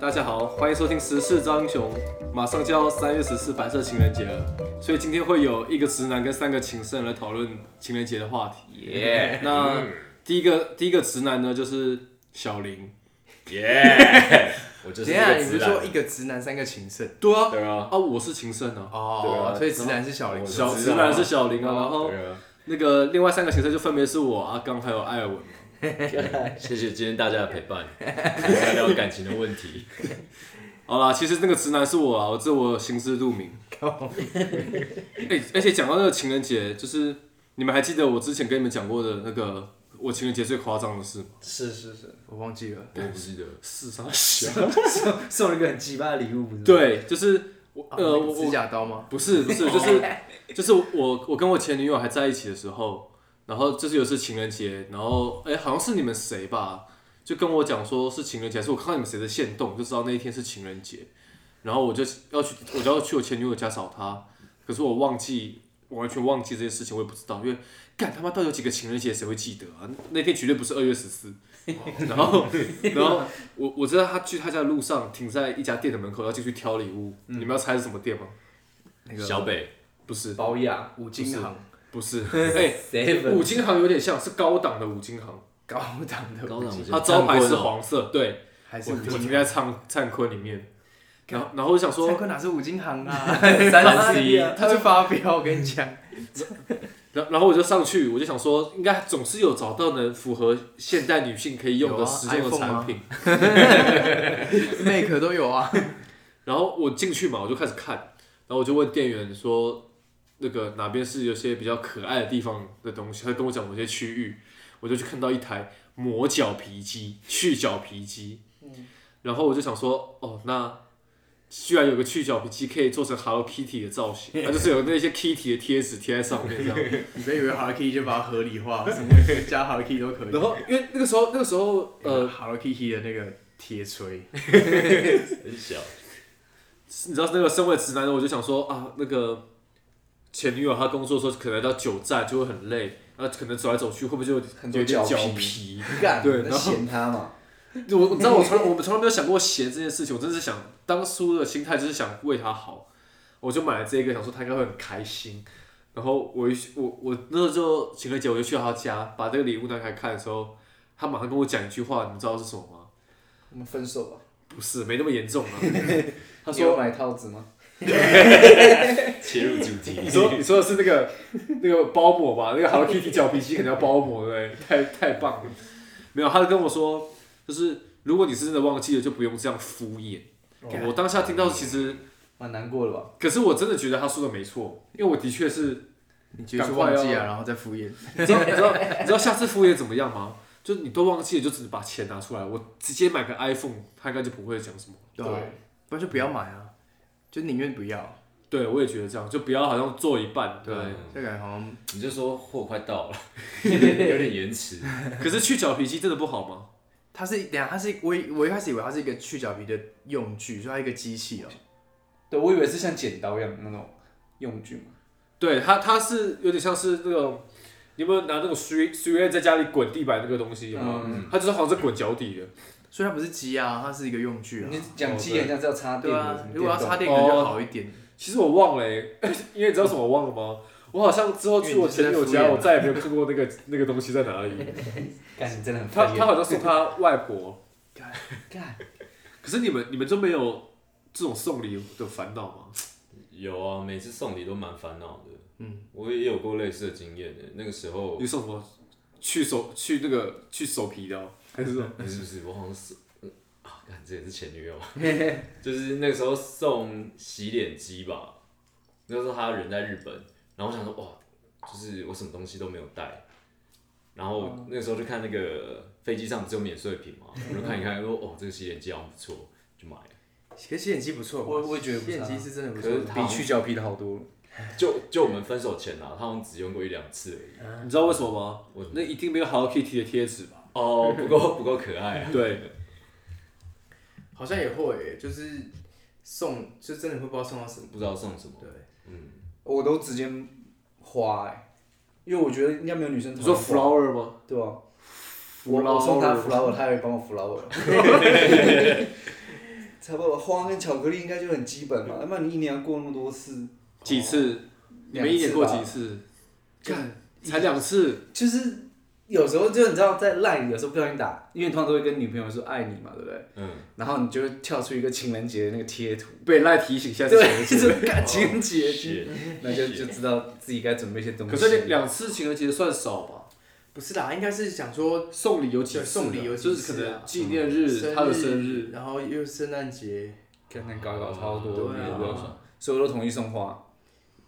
大家好，欢迎收听时事张英雄。马上就要三月十四白色情人节了，所以今天会有一个直男跟三个情圣来讨论情人节的话题。 耶那第一个第一个直男呢，就是小林。耶，我就是等一一下，个你不直是说一男。个直男三个情圣？对啊，对啊，啊，我是情圣啊，哦对啊，所以直男是小林我。小知道直啊男是小林啊，然哦后对啊，那个另外三个情圣就分别是我、阿刚还有艾尔文。谢谢今天大家的陪伴，聊聊感情的问题。好啦，其实那个直男是我啊，我这我心知肚明。哎、 而且讲到那个情人节，就是你们还记得我之前跟你们讲过的那个我情人节最夸张的事吗？是是是，我忘记了，我不记得，是 啥小？送了一个很鸡巴的礼物，不是？，对，就是我哦呃那个我指我甲刀吗？不是不是，就是就是我我跟我前女友还在一起的时候，然后就是有一次情人节，然后哎、好像是你们谁吧，就跟我讲说是情人节，还是我看到你们谁的线动就知道那一天是情人节，然后我就要去我就要去我前女友家找她，可是我忘记我完全忘记这件事情，我也不知道，因为干他妈到底有几个情人节谁会记得啊？那天绝对不是二月十四。 然后，然后我我知道他去他家的路上停在一家店的门口，要进去挑礼物。你们要猜是什么店吗？那个小北不是，保养五金行不是， 哎、 seven 五金行有点像是高档的五金行，高档的高五档金，我它招牌是黄色，对，哦还是我五我金停在灿灿坤里面，然后然后我就想蔡说，坤哪是五金行啊？三十一，他就发飙，我跟你讲，然然后我就上去，我就想说，应该总是有找到能符合现代女性可以用有的啊实用的 iPhone 产啊品，每可都有啊。然后我进去嘛，我就开始看，然后我就问店员说，那个哪边是有些比较可爱的地方的东西，他跟我讲某些区域，我就去看到一台磨脚皮机、去脚皮机，然后我就想说，哦，那居然有个去脚皮机可以做成 Hello Kitty 的造型，它就是有那些 Kitty 的贴纸贴在上面这样。你别以为 Hello Kitty 就把它合理化，什么加 Hello Kitty 都可 以。然后因为那个时候，那个时候，呃呃，，Hello Kitty 的那个铁锤，很小，你知道那个身为直男的，我就想说啊，那个前女友她工作的时候可能到九站就会很累，然后可能走来走去会不会就有很有多点脚脚皮皮？ 干，对那然后嫌他嘛，我我知道我从来我们从来没有想过嫌这件事情，我真的是想当初的心态就是想为她好，我就买了这个，想说她应该会很开心。然后我一去我我那时候就情人节我就去她家，把这个礼物拿开看的时候，她马上跟我讲一句话，你们知道是什么吗？我们分手吧。不是，没那么严重啊。她你有说买套子吗？切入主 题你。 说你说的是那个那个包膜吧？那个 Hello Kitty 脚皮筋肯定要包膜，对不对？太太棒了。没有，他跟我说，就是如果你是真的忘记了，就不用这样敷衍。我当下听到，其实，蛮难过的吧？可是我真的觉得他说的没错，因为我的确是，你绝对忘记啊，然后再敷衍。你知道你知道你知道下次敷衍怎么样吗？就你都忘记了，就只能把钱拿出来，我直接买个 iPhone，他应该就不会讲什么。对啊，不然就不要买啊，就宁愿不要。对，我也觉得这样，就不要好像做一半。对，这感觉好像你就说货快 到了，有点延迟。可是去脚皮筋真的不好吗？它是等一下它是我以我一开始以为它是一个去角皮的用具，所以它一个机器哦、对，我以为是像剪刀一样的那种用具嘛。对它，它是有点像是那种，你有没有拿那种水水在家里滚地板那个东西有吗？嗯它就是好像是滚脚底的。所以它不是机啊，它是一个用具啊。你讲机眼这样是要插电对的，什啊么，如果要插电电可能就好一点。其实我忘了、欸，因为你知道什么我忘了吗？我好像之后去我前女友因家，为我你再也没有看过那个那个东西在哪里。动，干你真的很他讨他厌。好像送他外婆，干，可是你们你们就没有这种送礼的烦恼吗？有啊，每次送礼都蛮烦恼的。嗯，我也有过类似的经验的。那个时候你送什么？去手去那个去手皮的、哦，还是什么？不 是不是，我好像是啊，干这也是前女 友，就是那个时候送洗脸机吧，那时候她人在日本，然后我想说哇，就是我什么东西都没有带，然后那个时候就看那个飞机上不是有免税品 嘛，我就看一看说哦，这个洗脸机好像不错，就买了。可是吸眼机不错吧，我我也觉得不吸错啊眼机是真的不可是错。她比去脚皮的好多了。就就我们分手前啊，她好像只用过一两次而已。你知道为什么吗为什？么那一定没有 Hello Kitty 的贴纸吧？哦，不够不够可爱 啊。对，好像也会耶、就是送，就真的会不知道送到什么。不知道送什么。对，嗯，我都直接花欸，因为我觉得应该没有女生讨你厌说花 flower 吗？对啊， 我我送他 flower，他也帮我 flower。差不多花跟巧克力应该就很基本嘛，要不然你一年要过那么多次，几次？你们一年过几次？干才两次，就是有时候就你知道在赖里，有时候不小心打，因为你通常都会跟女朋友说爱你嘛，对不对？嗯，然后你就会跳出一个情人节的那个贴 图，被赖提醒一下。对，就是干情人节，哦是那就就知道自己该准备一些东西。可是两两次情人节算少吧？不是啦，应该是想说送礼有几次啊？嗯对送礼有几次就啊是可能纪念日、他的生日，，然后又圣诞节，可能搞搞超多，对啊你也不要想所以我都同意送花。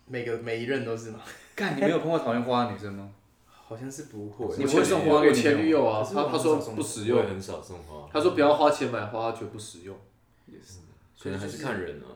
每个每一任都是嘛， 干，你没有碰过讨厌花的女生吗？好像是不会。你不会送花我给前女女友？友啊可，是她我她很说少送不实我也用，很少送啊花，她说不要花钱买花，绝不实用。可能还是看人啊。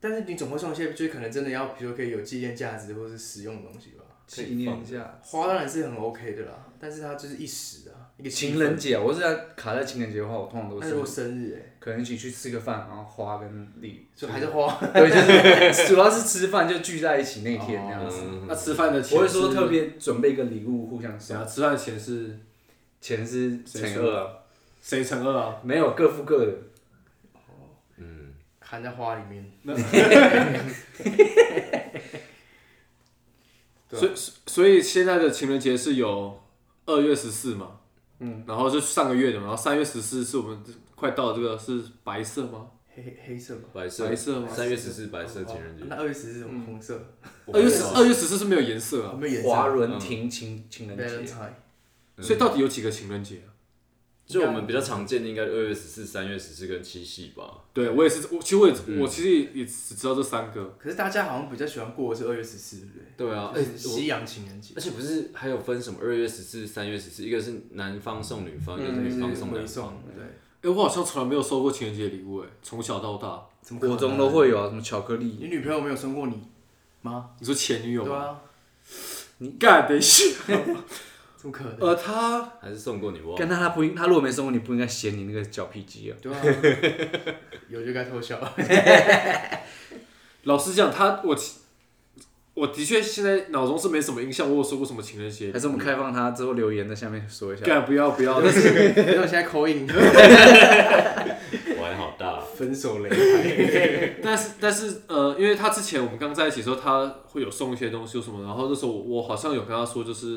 但是你总会送一些，就是可能真的要，比如说可以有纪念价值或是实用的东西吧。纪念一下。花当然是很 OK 的啦，但是它就是一时啊，一个气氛情。人节啊，我是在卡在情人节的话，我通常都那如是果生日、欸，可能一起去吃个饭，然后花跟礼，所以还是花。 对，就是 主要是吃饭就聚在一起那一天那样子。哦嗯那吃饭的钱是，我会说特别准备一个礼物互相谁送，啊？吃饭的钱是钱是乘以谁二啊，谁乘二啊？没有各付各的。嗯，含在花里面，对啊所以所以现在的情人节是有二月十四嘛，嗯，然后就上个月的嘛，然后三月十四是我们快到的这个是白色吗？黑黑色嘛。白色白色吗三月十四白色情人节那，二月十是什么？红色，二月十我二月十四是没有颜色啊，没有颜色。华伦亭情情人节， Valentine 所以到底有几个情人节啊？就我们比较常见的应该二月十四、三月十四跟七夕吧。对我也是，我其实我也我其实也只知道这三个，可是大家好像比较喜欢过的是二月十四，对不对？对啊，就是哎西洋情人节，而且不是还有分什么二月十四、三月十四，一个是男方送女嗯方，一个是女方送回男方。送，对，哎，我好像从来没有收过情人节礼物，哎，从小到大，怎么可国能中都会有啊，什么巧克力。你女朋友没有送过你吗？你说前女友对吗？啊，你干等一下，怎么可能？呃，她还是送过你忘了？跟他他不应，他如果没送过你，不应该嫌你那个脚皮肌啊。对啊， 有就该偷笑。老实讲，他我其我的确现在脑中是没什么印象，我有收过什么情人节还？是我们开放他之后留言在下面说一下。干不要不要，但是你说现在口音我还好大， 分手擂台，但是但是呃，因为他之前我们刚在一起的时候，他会有送一些东西或什么，然后那时候我我好像有跟他说，就是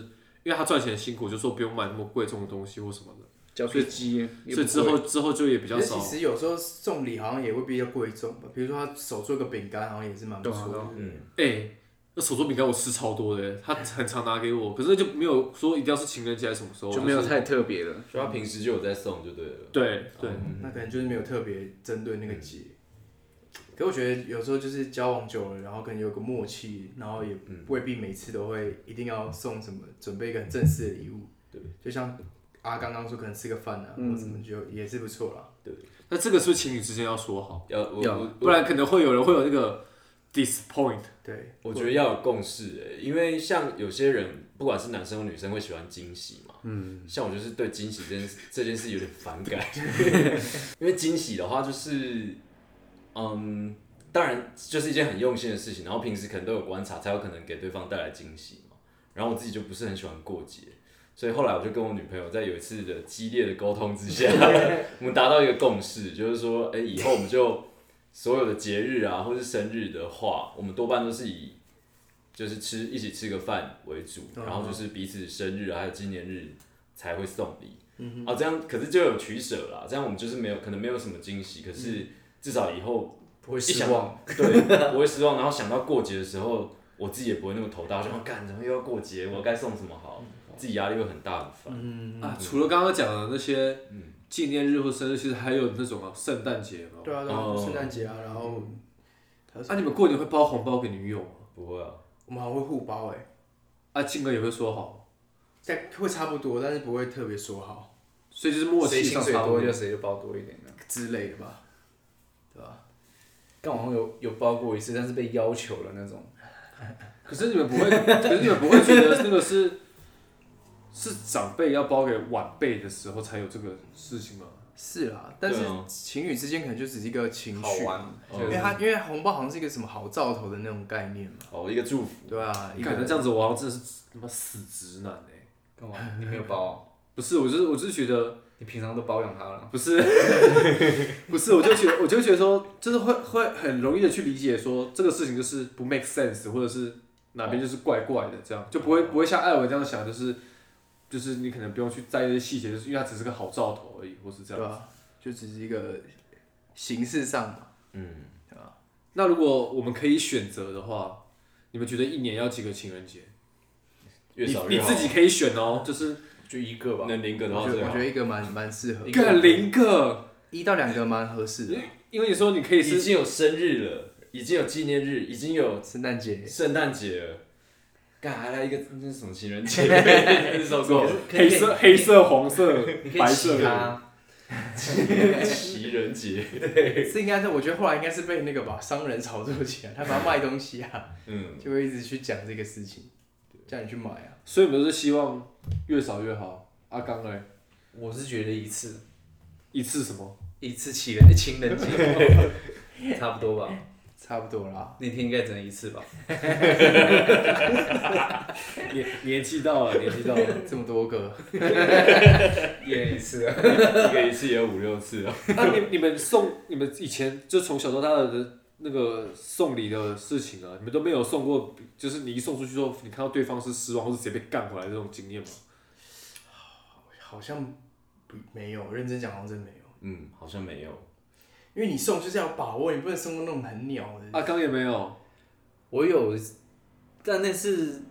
因为他赚钱辛苦，就说不用买那么贵重的东西或什么的，脚皮肌，所以之后之后就也比较少其。实有时候送礼好像也会比较贵重吧，比如说他手做个饼干，好像也是蛮不错对的啊。嗯，哎、那手作饼干我吃超多的，他很常拿给我，可是就没有说一定要是情人节还是什么时候，就没有太特别了。所以他平时就有在送就对了。对对，啊那可能就是没有特别针对那嗯个节。可我觉得有时候就是交往久了，然后可能有个默契，然后也未必每次都会一定要送什么，准备一个很正式的礼物。对，就像阿刚刚说，可能吃个饭啊，或什么就也是不错啦。那这个是不是情侣之间要说好？要我要我不然可能会有人会有那个 disappoint。对，我觉得要有共识诶、因为像有些人，不管是男生或女生，会喜欢惊喜嘛。嗯，像我就是对惊喜这件事这件事有点反感，因为惊喜的话就是，嗯，当然就是一件很用心的事情，然后平时可能都有观察，才有可能给对方带来惊喜嘛。然后我自己就不是很喜欢过节，所以后来我就跟我女朋友在有一次的激烈的沟通之下，我们达到一个共识，就是说，哎、以后我们就所有的节日啊，或是生日的话，我们多半都是以就是吃一起吃个饭为主，嗯然后就是彼此生日啊还有纪念日才会送礼。嗯、啊，这样可是就有取舍啦，这样我们就是没有可能没有什么惊喜，可是至少以后不会一想失望。对，不会失望。然后想到过节的时候，我自己也不会那么头大，我就想干，怎么又要过节？我该送什么好？自己压力会很大，很烦。嗯，啊，除了刚刚讲的那些嗯纪念日或生日，其实还有那种啊圣诞节嘛。对啊，对啊，哦圣诞节啊，然后啊，你们过年会包红包给女友吗？不会啊，我们好像会互包哎、啊，金额也会说好，但会差不多，但是不会特别说好所以就是默谁契薪上水差不多就多。谁就包多一点的。之类的吧。但我好像有有包过一次，但是被要求了那种。可是你们不会，可是你们不会觉得那个是是长辈要包给晚辈的时候才有这个事情吗？是啦，但是对啊情侣之间可能就只是一个情好绪，玩哦因为它因为红包好像是一个什么好兆头的那种概念嘛，哦，一个祝福。对啊，一可能个这样子，我好像真的是他妈死直男哎、干嘛？你没有包、啊？不是，我就是我就是觉得你平常都包养他了。不是， 不是，我就觉得，我就觉得说，就是会会很容易的去理解说这个事情就是不 make sense，或者是哪边就是怪怪的，这样就不会不会像艾文这样想，就是就是你可能不用去在意这些细节，就是因为它只是个好兆头而已，或是这对啊样。吧、就只是一个形式上嘛，嗯，那如果我们可以选择的话，你们觉得一年要几个情人节？越少你越你好。自己可以选哦，就是就一个吧。能零个的我话觉得最我好觉。得一个蛮蛮适合一，个零个，一到两个蛮合适的，因为你说你可以已是经有生日了，已经有纪念日，已经有圣诞节圣诞节了，干还来一个那是什么情人节？那受够了。可黑以色、黑色、黄色你可、以白骑色啊的人。他，情人节，这应该是，我觉得后来应该是被那个吧商人炒作起来，他把它卖东西啊，嗯，就会一直去讲这个事情，叫你去买啊。所以我们是希望越少越好。阿刚嘞，我是觉得一次一次什么？一次情人情人节 差不多吧，差不多啦，那天应该只能一次吧。年年纪到 了，年纪到了。这么多个，一人一次啊，一个一次也有五六次啊。那你你们送你们以前就从小到大的那个送礼的事情啊，你们都没有送过，就是你一送出去之后，你看到对方是失望，或是直接被干回来的这种经验吗？好像不没有，认真讲好像真没有，嗯，好像没有。因为你送就是要有把握，你不能送那种很鸟的。啊阿刚也没有，我有，但那次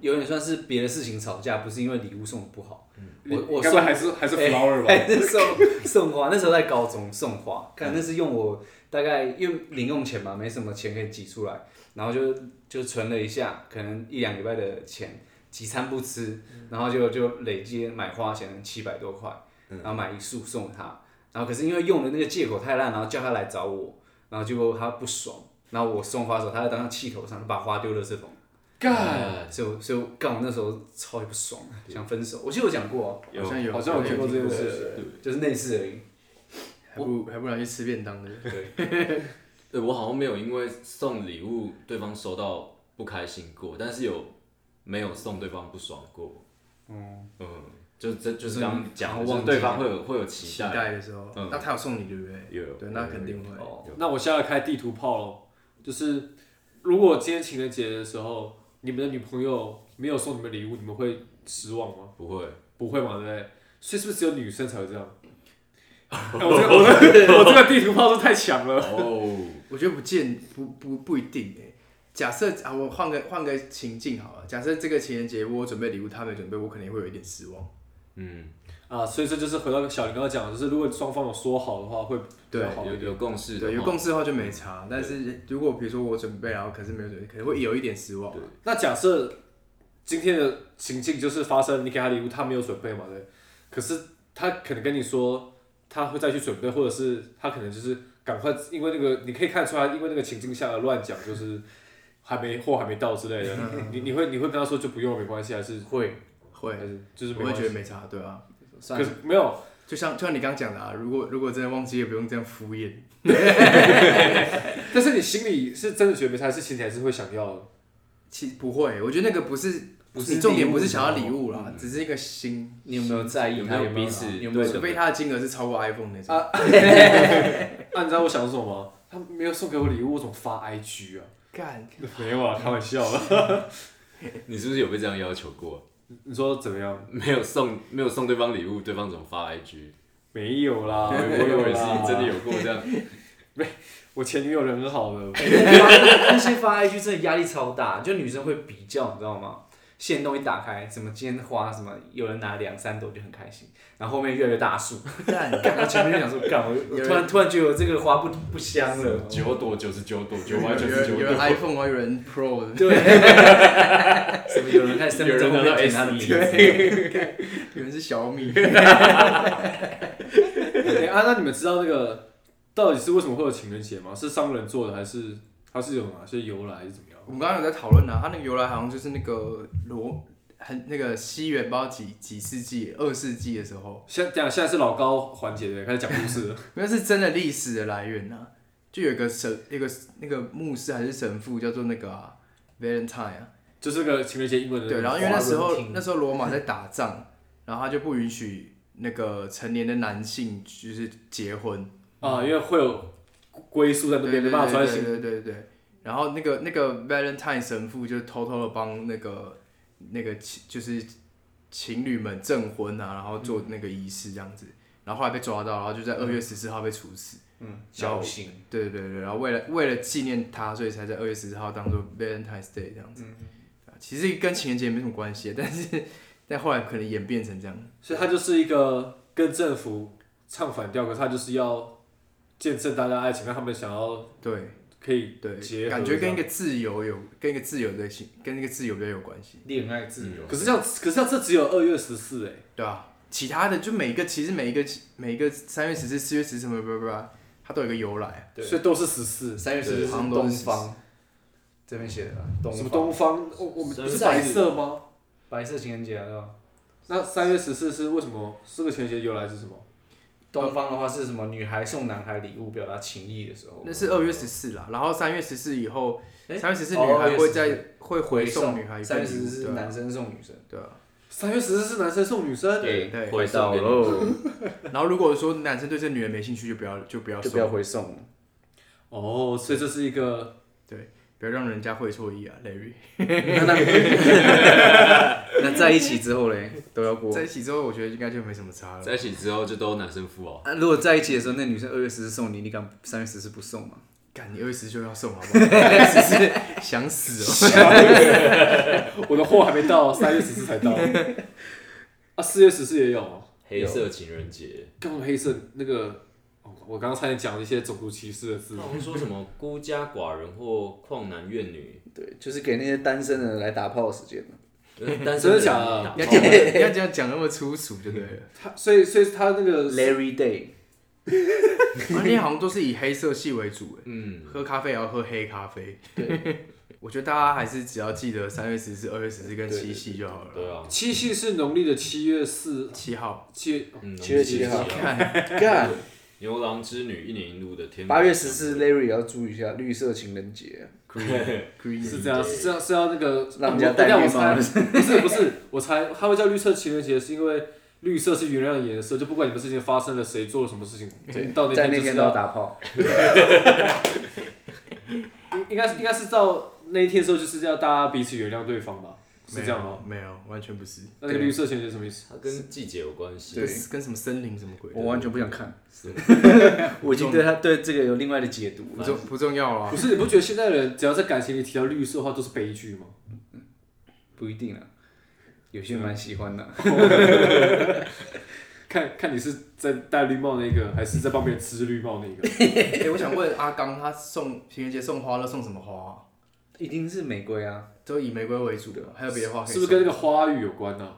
有点算是别的事情吵架，不是因为礼物送的不好。我你我该不会送还是还是哎 flower 吧？哎，那时候送花，那时候在高中送花，看嗯那是用我大概因为零用钱嘛，没什么钱可以挤出来，然后就就存了一下，可能一两礼拜的钱，几餐不吃，嗯然后就就累积买花钱七百多块，嗯然后买一束送他，然后可是因为用的那个借口太烂，然后叫他来找我，然后结果他不爽，然后我送花的时候，他在当上气头上，就把花丢了这种。干，所以我所以我干我那时候超级不爽，想分手。我记得我讲过哦、有好像有，好像有听过这件事对，对对就是那次而已。还不还不然去吃便当的。对我好像没有因为送礼物对方收到不开心过，但是有没有送对方不爽过？嗯嗯，就这就是刚刚讲的，然后就忘是记对方会有会有期期待，待的时候，嗯那他有送你对不对？有对，那肯定会。哦，那我现在开地图炮喽，就是如果今天情人节的时候，你们的女朋友没有送你们礼物，你们会失望吗？不会，不会嘛，对不对？所以是不是只有女生才会这 样？哎我这个我这个我这个地图炮是太强了。哦，我觉得不见不不不一定哎、假设啊，我换个换个情境好了。假设这个情人节我准备礼物，他没准备，我可能也会有一点失望。嗯，啊，所以这就是回到小林刚刚讲的，就是如果双方有说好的话，会比较好有一点。有共识的哦话，对，有共识的话就没差。但是如果比如说我准备，然后可是没有准备，可能会有一点失望。那假设今天的情境就是发生，你给他礼物，他没有准备嘛，对。可是他可能跟你说他会再去准备，或者是他可能就是赶快，因为那个你可以看出来，因为那个情境下的乱讲，就是还没货还没到之类的。你你会你会跟他说就不用没关系，还是会，嗯会还，是就是没我会关觉系得？没差，对啊。算可了是没有，就像就像你刚刚讲的啊，如果如果真的忘记，也不用这样敷衍。但是你心里是真的觉得没差，还是其实你还是会想要的。其实不会，我觉得那个不是，不是你重点礼物不是想要哦礼物啦，只是一个心。你有没有在意有他？没有有没有彼此有没对有的除非他的金额是超过 iPhone 那种。啊，你知道我想什么吗？他没有送给我礼物，我怎么发 IG 啊？干，没有啊，开玩笑了。你是不是有被这样要求过？ 你说怎么样？没有送没有送对方礼物，对方怎么发 IG？没有 啦，我没以有为是啦，真的。有过这样，我前女友人很好 的， 那些发 IG 真的压力超大，就女生会比较，你知道吗？线动一打开，什么今天花什么，有人拿两三朵就很开心，然后后面越来越大束，干，干我前面就想说，干我我突然突然觉得我这个花不不香了，九朵九十九朵，九有万人九有十九人有人朵， iPhone 啊，有人 Pro 的，对，什么有人开始生命中后面填他的名字，有人是小米。 哎啊，那你们知道那个到底是为什么会有情人节吗？是商人做的，还是它是有哪些由来，还是怎么样？我们刚刚有在讨论啊，它那个由来好像就是那个罗，很那个西元不知道几几世纪，二世纪的时候，现等一下现在是老高环节的，开始讲故事了。那是真的历史的来源啊。就有一个神，一个那个牧师还是神父叫做那个、啊、Valentine 啊，就是个情人节英文的，对，然后因为那时华候伦厅 那时候罗马在打仗，然后他就不允许那个成年的男性就是结婚，啊，因为会有归宿在那边，没办法穿行。对对对对对。然后那个那个 Valentine 神父就偷偷的帮那个那个情就是情侣们证婚啊，然后做嗯那个仪式这样子，然后后来被抓到，然后就在二月十四号被处死。嗯，小侥幸。对对对，然后为了为了纪念他，所以才在二月十四号当做 Valentine's Day 这嗯样子。啊其实跟情人节没什么关系，但是但后来可能演变成这样。所以他就是一个跟政府唱反调，可是他就是要见证大家爱情，让他们想要对可以结对，合感觉这跟样一个自由有跟一个自由的心，跟一个自由比较有关系，恋爱自由，可是这样，可是这样这只有二月十四哎，对啊，其他的就每一个其实每一个每一个三月十四、四月十什么不不不，它都有一个由来。对所以都是十四。三月十日是东方，这边写的啊，东什么方东方？我我们生不是日白色吗？白色情人节啊，对吧？那三月十四是为什么？这个情人节由来是什么？东方的话是什么？女孩送男孩礼物表达情意的时候，那是二月十四啦，然后三月十四以后，诶三月十四哦女孩会2在月会回送女孩一份三月礼十物日是对啊男生送女生，对啊。三月十四是男生送女生，对对回到了。喽，然后如果说男生对这女人没兴趣，就不要就不要就送，不要回送了。哦，所以这是一个对，不要让人家会错意啊，Larry。那那那在一起之后嘞，都要过在。一起之后，我觉得应该就没什么差了。在一起之后就都男生付哦，啊，如果在一起的时候，那女生二月十四送你，你敢三月十四不送吗？干，你二十就要送好不好？只是想死哦。我的货还没 到，哦三月十四才到。啊，四月十四也有哦。黑色情人节。干嘛黑色那个？哦我刚刚差点讲了一些种族歧视的字他。好像说什么孤家寡人或旷男怨女，对，就是给那些单身的人来打炮的时间嘛。单身真的假的你要讲，你要这样讲那么粗俗就对了。 他所以所以他那个 Larry Day，而且啊好像都是以黑色系为主，欸嗯，喝咖啡也要喝黑咖啡。对， 我觉得大家还是只要记得三月十四、二月十四跟七夕就好了。对啊，七夕是农历的七月四七号，七，嗯，七月七号我们是干牛郎织女一年一度的天，八月十，四，Larry 也要注意一下绿色情人节。是这样是要是要那个让人家我我等一下戴绿我猜不是不是，我猜他会叫绿色情人节，是因为绿色是原谅的颜色，就不管你们事情发生了，谁做了什么事情，到在那天那就天是都要要打炮。应应该是应该是到那一天的时候，就是要大家彼此原谅对方吧？是这样吗？没有？没有，完全不是。那那个绿色情人节什么意思？它跟季节有关系，跟跟什么森林什么鬼的？我完全不想看是， 我已经对他对这个有另外的解读不了。重不重要啊 不。是你不觉得现在人只要在感情里提到绿色的话都是悲剧吗？不一定啊，有些啊蛮喜欢的。看看你是在戴绿帽那个，还是在帮别人吃绿帽那个？哎，我想问阿刚，他送情人节送花都送什么花啊？一定是玫瑰啊，都以玫瑰为主的，啊还有别的花可以是不是送跟那个花语有关啊呢、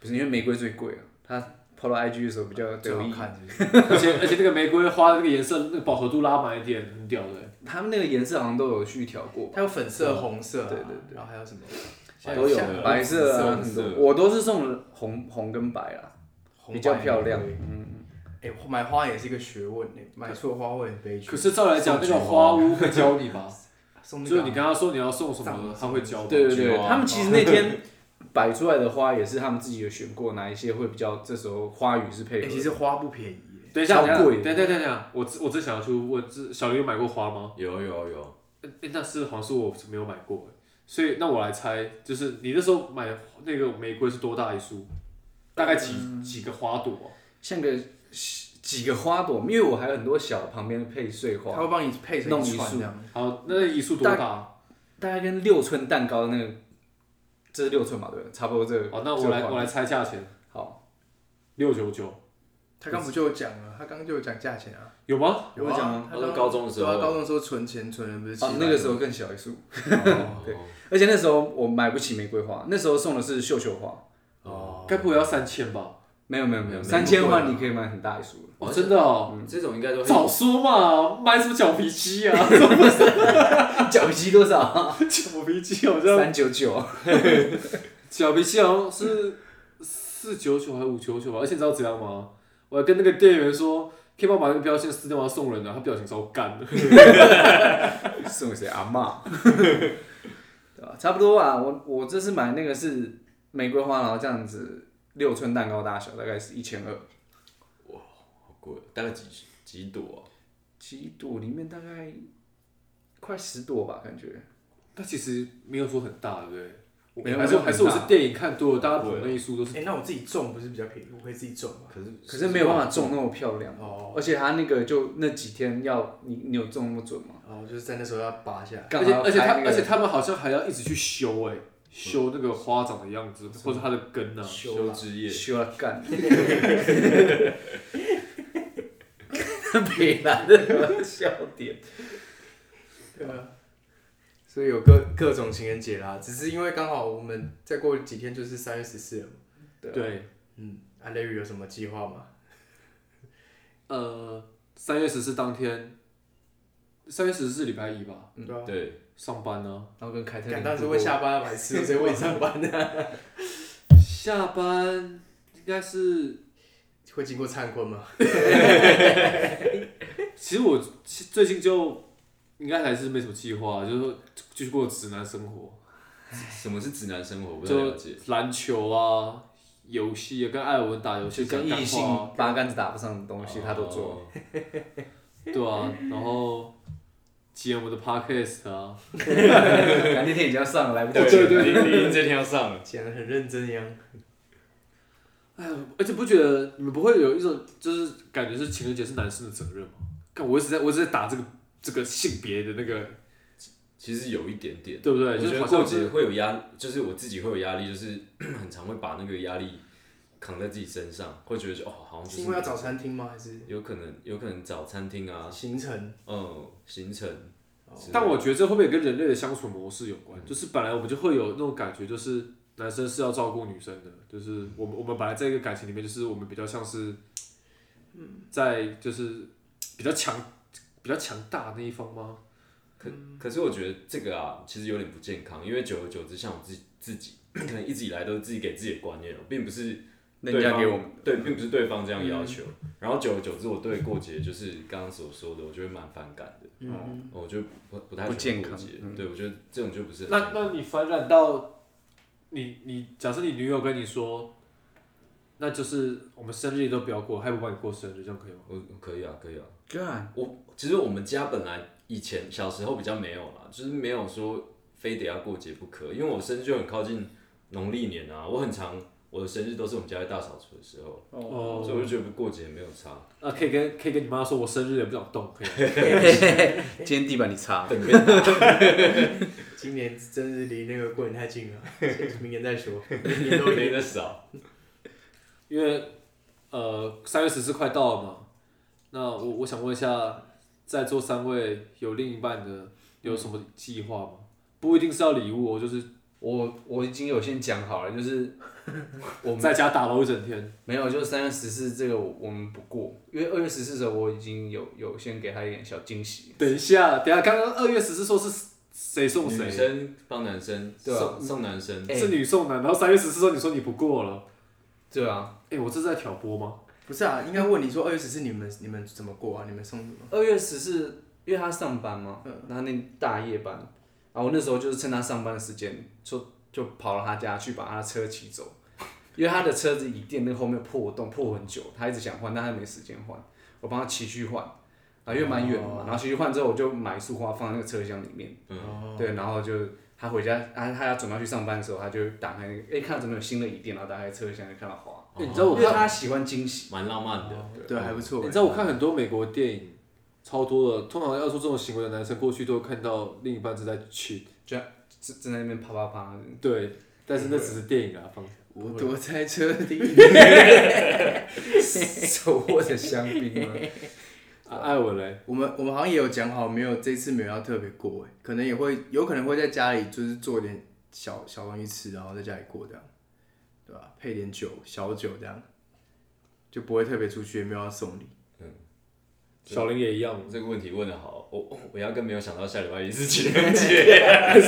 不是因为玫瑰最贵啊，他抛到 IG 的时候比较最得好意。啊看？是不是而且而且那个玫瑰花的那个颜色，那个饱和度拉满一点，很屌的欸。他们那个颜色好像都有去调过吧，它有粉色、红色啊，对对对然后还有什么都有像白色紫啊，很色多。我都是送红红跟白啊，红比较白漂亮。玫瑰嗯，哎、买花也是一个学问呢、买错花会很悲剧。可是照来讲，那个花屋会教你吧？送那就个是啊你跟他说你要送什么，他会教吧。对对对，菊花他们其实那天 摆出来的花也是他们自己有选过，哪一些会比较这时候花语是配哎、合其的。实花不便宜欸耶、等一下，超等一下，贵等一下，等一下，我只我只想要去问，这小刘有买过花吗？有有有，欸欸那是好像是我没有买过欸，所以那我来猜，就是你那时候买那个玫瑰是多大一束？大概几、几个花朵啊、像个几个花朵，因为我还有很多小旁边的配碎他花，会帮你配成弄一一串束这样。好，那一束多大啊？大概跟六寸蛋糕那个，这是六寸嘛，对不对？差不多这个。哦好，那这我个来花我来猜价钱，好，六九九他刚不就有讲了？他刚刚就有讲价钱啊，有吗？有讲啊他他说高中的时候对啊高中的时候存钱存的不是、哦，那个时候更小一束，对，而且那时候我买不起玫瑰花，那时候送的是绣球花，哦，该不会要三千吧？没有没有没有，没有三千玫瑰花啊你可以买很大一束了。哦，真的哦，这种应该都会早说嘛，买什么脚皮机啊？ 脚皮多少？ 脚皮机好像三九九，脚皮机好像是四九九还是五九九吧？而且你知道怎样吗？我还跟那个店员说，可以帮我把那个标签撕掉吗？送人的、他表情超干的。 送给谁？阿妈， 对啊吧？差不多吧。我我这次买那个是玫瑰花，然后这样子六寸蛋糕大小，大概是一千二。贵，大概几几朵啊？几朵里面大概快十朵吧，感觉。但其实没有说很大，对不对？我没有还没是有很还大是我是电影看多了，大家捧那一束都是哎、那我自己种不是比较便宜？我可以自己种吗？可是可是没有办法种那么漂亮，哦而且它那个就那几天要你你有种那么准吗？然哦后就是在那时候要拔下来。而干嘛且要而且拍他那个而且他们好像还要一直去修哎、修那个花长的样子，或者它的根啊。修枝叶，修了干， 北南的笑点。对啊，所以有各各种情人节啦，只是因为刚好我们再过几天就是三月十四了嘛。对，啊嗯，阿雷雨有什么计划吗？呃，三月十四当天，三月十四礼拜一吧，对啊，对，上班呢、然后跟凯特敢琳当时度会过下班白痴，谁会上班呢？下班应该是，会经过灿坤吗？其实我其最近就应该还是没什么计划，就是说继续过直男生活，什么是直男生活？我不太就了解。篮球啊、游戏啊，跟艾尔文打游就戏，跟讲异干性话啊八竿子打不上的东西，他都做。 哦。对啊，然后接我们的 podcast 啊，那天已经要上了，来不 及。对对，林这天要上了。讲的很认真一样。哎，而且不觉得你们不会有一种就是感觉是情人节是男生的责任吗？看我一直在我一直在打这个这个性别的那个，其实有一点点，对不对？就我觉是得好过像节是会有压，就是我自己会有压力，就是很常会把那个压力扛在自己身上，会觉得就哦，好像就是因为要找餐厅吗？还是有可能有可能找餐厅啊，行程？嗯，行程哦，之类的嗯但我觉得这会不会跟人类的相处模式有关？就是本来我们就会有那种感觉，就是男生是要照顾女生的，嗯就是我们我们本来在一个感情里面，就是我们比较像是，嗯在就是比较强比较强大那一方吗？可可是我觉得这个啊，其实有点不健康，因为久而久之，像我自己自己 可能一直以来都是自己给自己的观念哦，并不是人对家方给我们，嗯对，并不是对方这样要求。然后久而久之，我对过节就是刚刚所说的，我就会蛮反感的，嗯，哦我就不不太不喜欢健过康节嗯对，我觉得这种就不是很那那你反染到你你，假设你女友跟你说，那就是我们生日都不要过，还不帮你过生日，这样可以吗？我可以啊，可以啊。干我其实我们家本来以前小时候比较没有啦，就是没有说非得要过节不可，因为我生日就很靠近农历年啊，我很常我的生日都是我们家在大扫除的时候，哦所以我就觉得过节没有差。啊，可以跟可以跟你妈说，我生日也不想动，可以吗。今天地板你擦，今年真是离那个过年太近了，明年再说。 明年都没得 少。因为呃，三月十四快到了嘛，那我我想问一下，在座三位有另一半的有什么计划吗？不一定是要礼物哦，我就是我我已经有先讲好了，就是我在家打了一整嗯天，没有，就是三月十四这个我我们不过，因为二月十四的时候我已经有有先给他一点小惊喜，等一下，等一下，刚刚二月十四说是谁送女谁，生帮男生，对啊送送男生，哎是女送男，然后三月十四说你说你不过了。对啊，哎、我这是在挑拨吗？不是啊，应该问你说二月十四你们你们怎么过啊？你们送什么？二月十四因为他上班嘛，然后那大夜班，然后我那时候就是趁他上班的时间，就就跑到他家去把他的车骑走，因为他的车子椅垫那个后面破洞破很久，他一直想换，但他没时间换，我帮他骑去换，啊因为蛮远的嘛，然后骑去换之后我就买束花放在那个车厢里面，哦，对，然后就他回家，他他要准备要去上班的时候，他就打开那个，哎、看到怎么有新的椅垫，然后打开车厢就看到哦花，哎你知道我因为看，他喜欢惊喜，蛮浪漫的。对，还不错欸你。知道我看很多美国电影，超多的。通常要做这种行为的男生，过去都会看到另一半是在 cheat，正正在那边啪啪啪，对，但是那只是电影啊，放我躲在车 底。手握着香槟吗？啊艾文嘞，我们我们好像也有讲好，没有这次没有要特别过哎，可能也会有可能会在家里就是做点小小东西吃，然后在家里过这样，对吧、啊配点酒，小酒这样，就不会特别出去，也没有要送礼。小林也一样，这个问题问的好，我我压根没有想到下礼拜一是情人 节，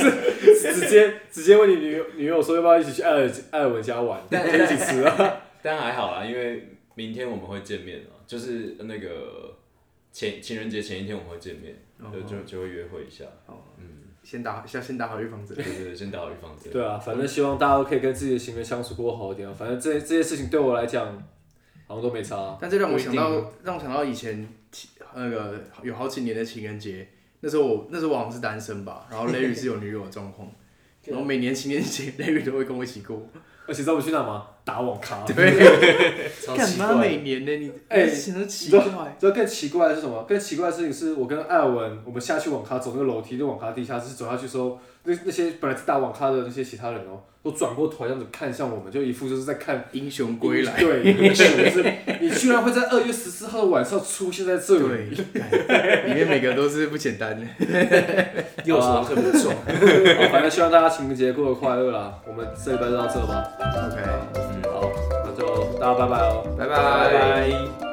直接直接问你女女友说要不要一起去艾尔艾尔文家玩，一起吃啊？ 但还好啦，因为明天我们会见面啊，就是那个前情人节前一天我们会见面，哦就就就会约会一下，先打先先打好预防针对。对对，先打好预防针。对啊，反正希望大家都可以跟自己的行为相处过好一点啊。反正这这些事情对我来讲，好像都没差。但这让我想不到，让我想到以前情那个有好几年的情人节，那时候我那时候我好像是单身吧，然后 Larry 是有女友的状况，然后每年情人节 Larry 都会跟我一起过，而且知道我们去哪吗？打网咖。超干奇嘛怪。每年呢？你哎显得奇怪。你知道更奇怪的是什么？更奇怪的事情是我跟艾文，我们下去网咖走那个楼梯，就网咖地下室走下去的时候，那那些本来是打网咖的那些其他人哦，都转过头这样子看向我们，就一副就是在看英雄归来，对，英雄就是你居然会在二月十四号的晚上出现在这里， 对，干里面每个都是不简单的。右手特别重。 好哦反正希望大家情人节过得快乐啦。我们这礼拜就到这吧， OK，好，那就大家拜拜哦。拜拜拜。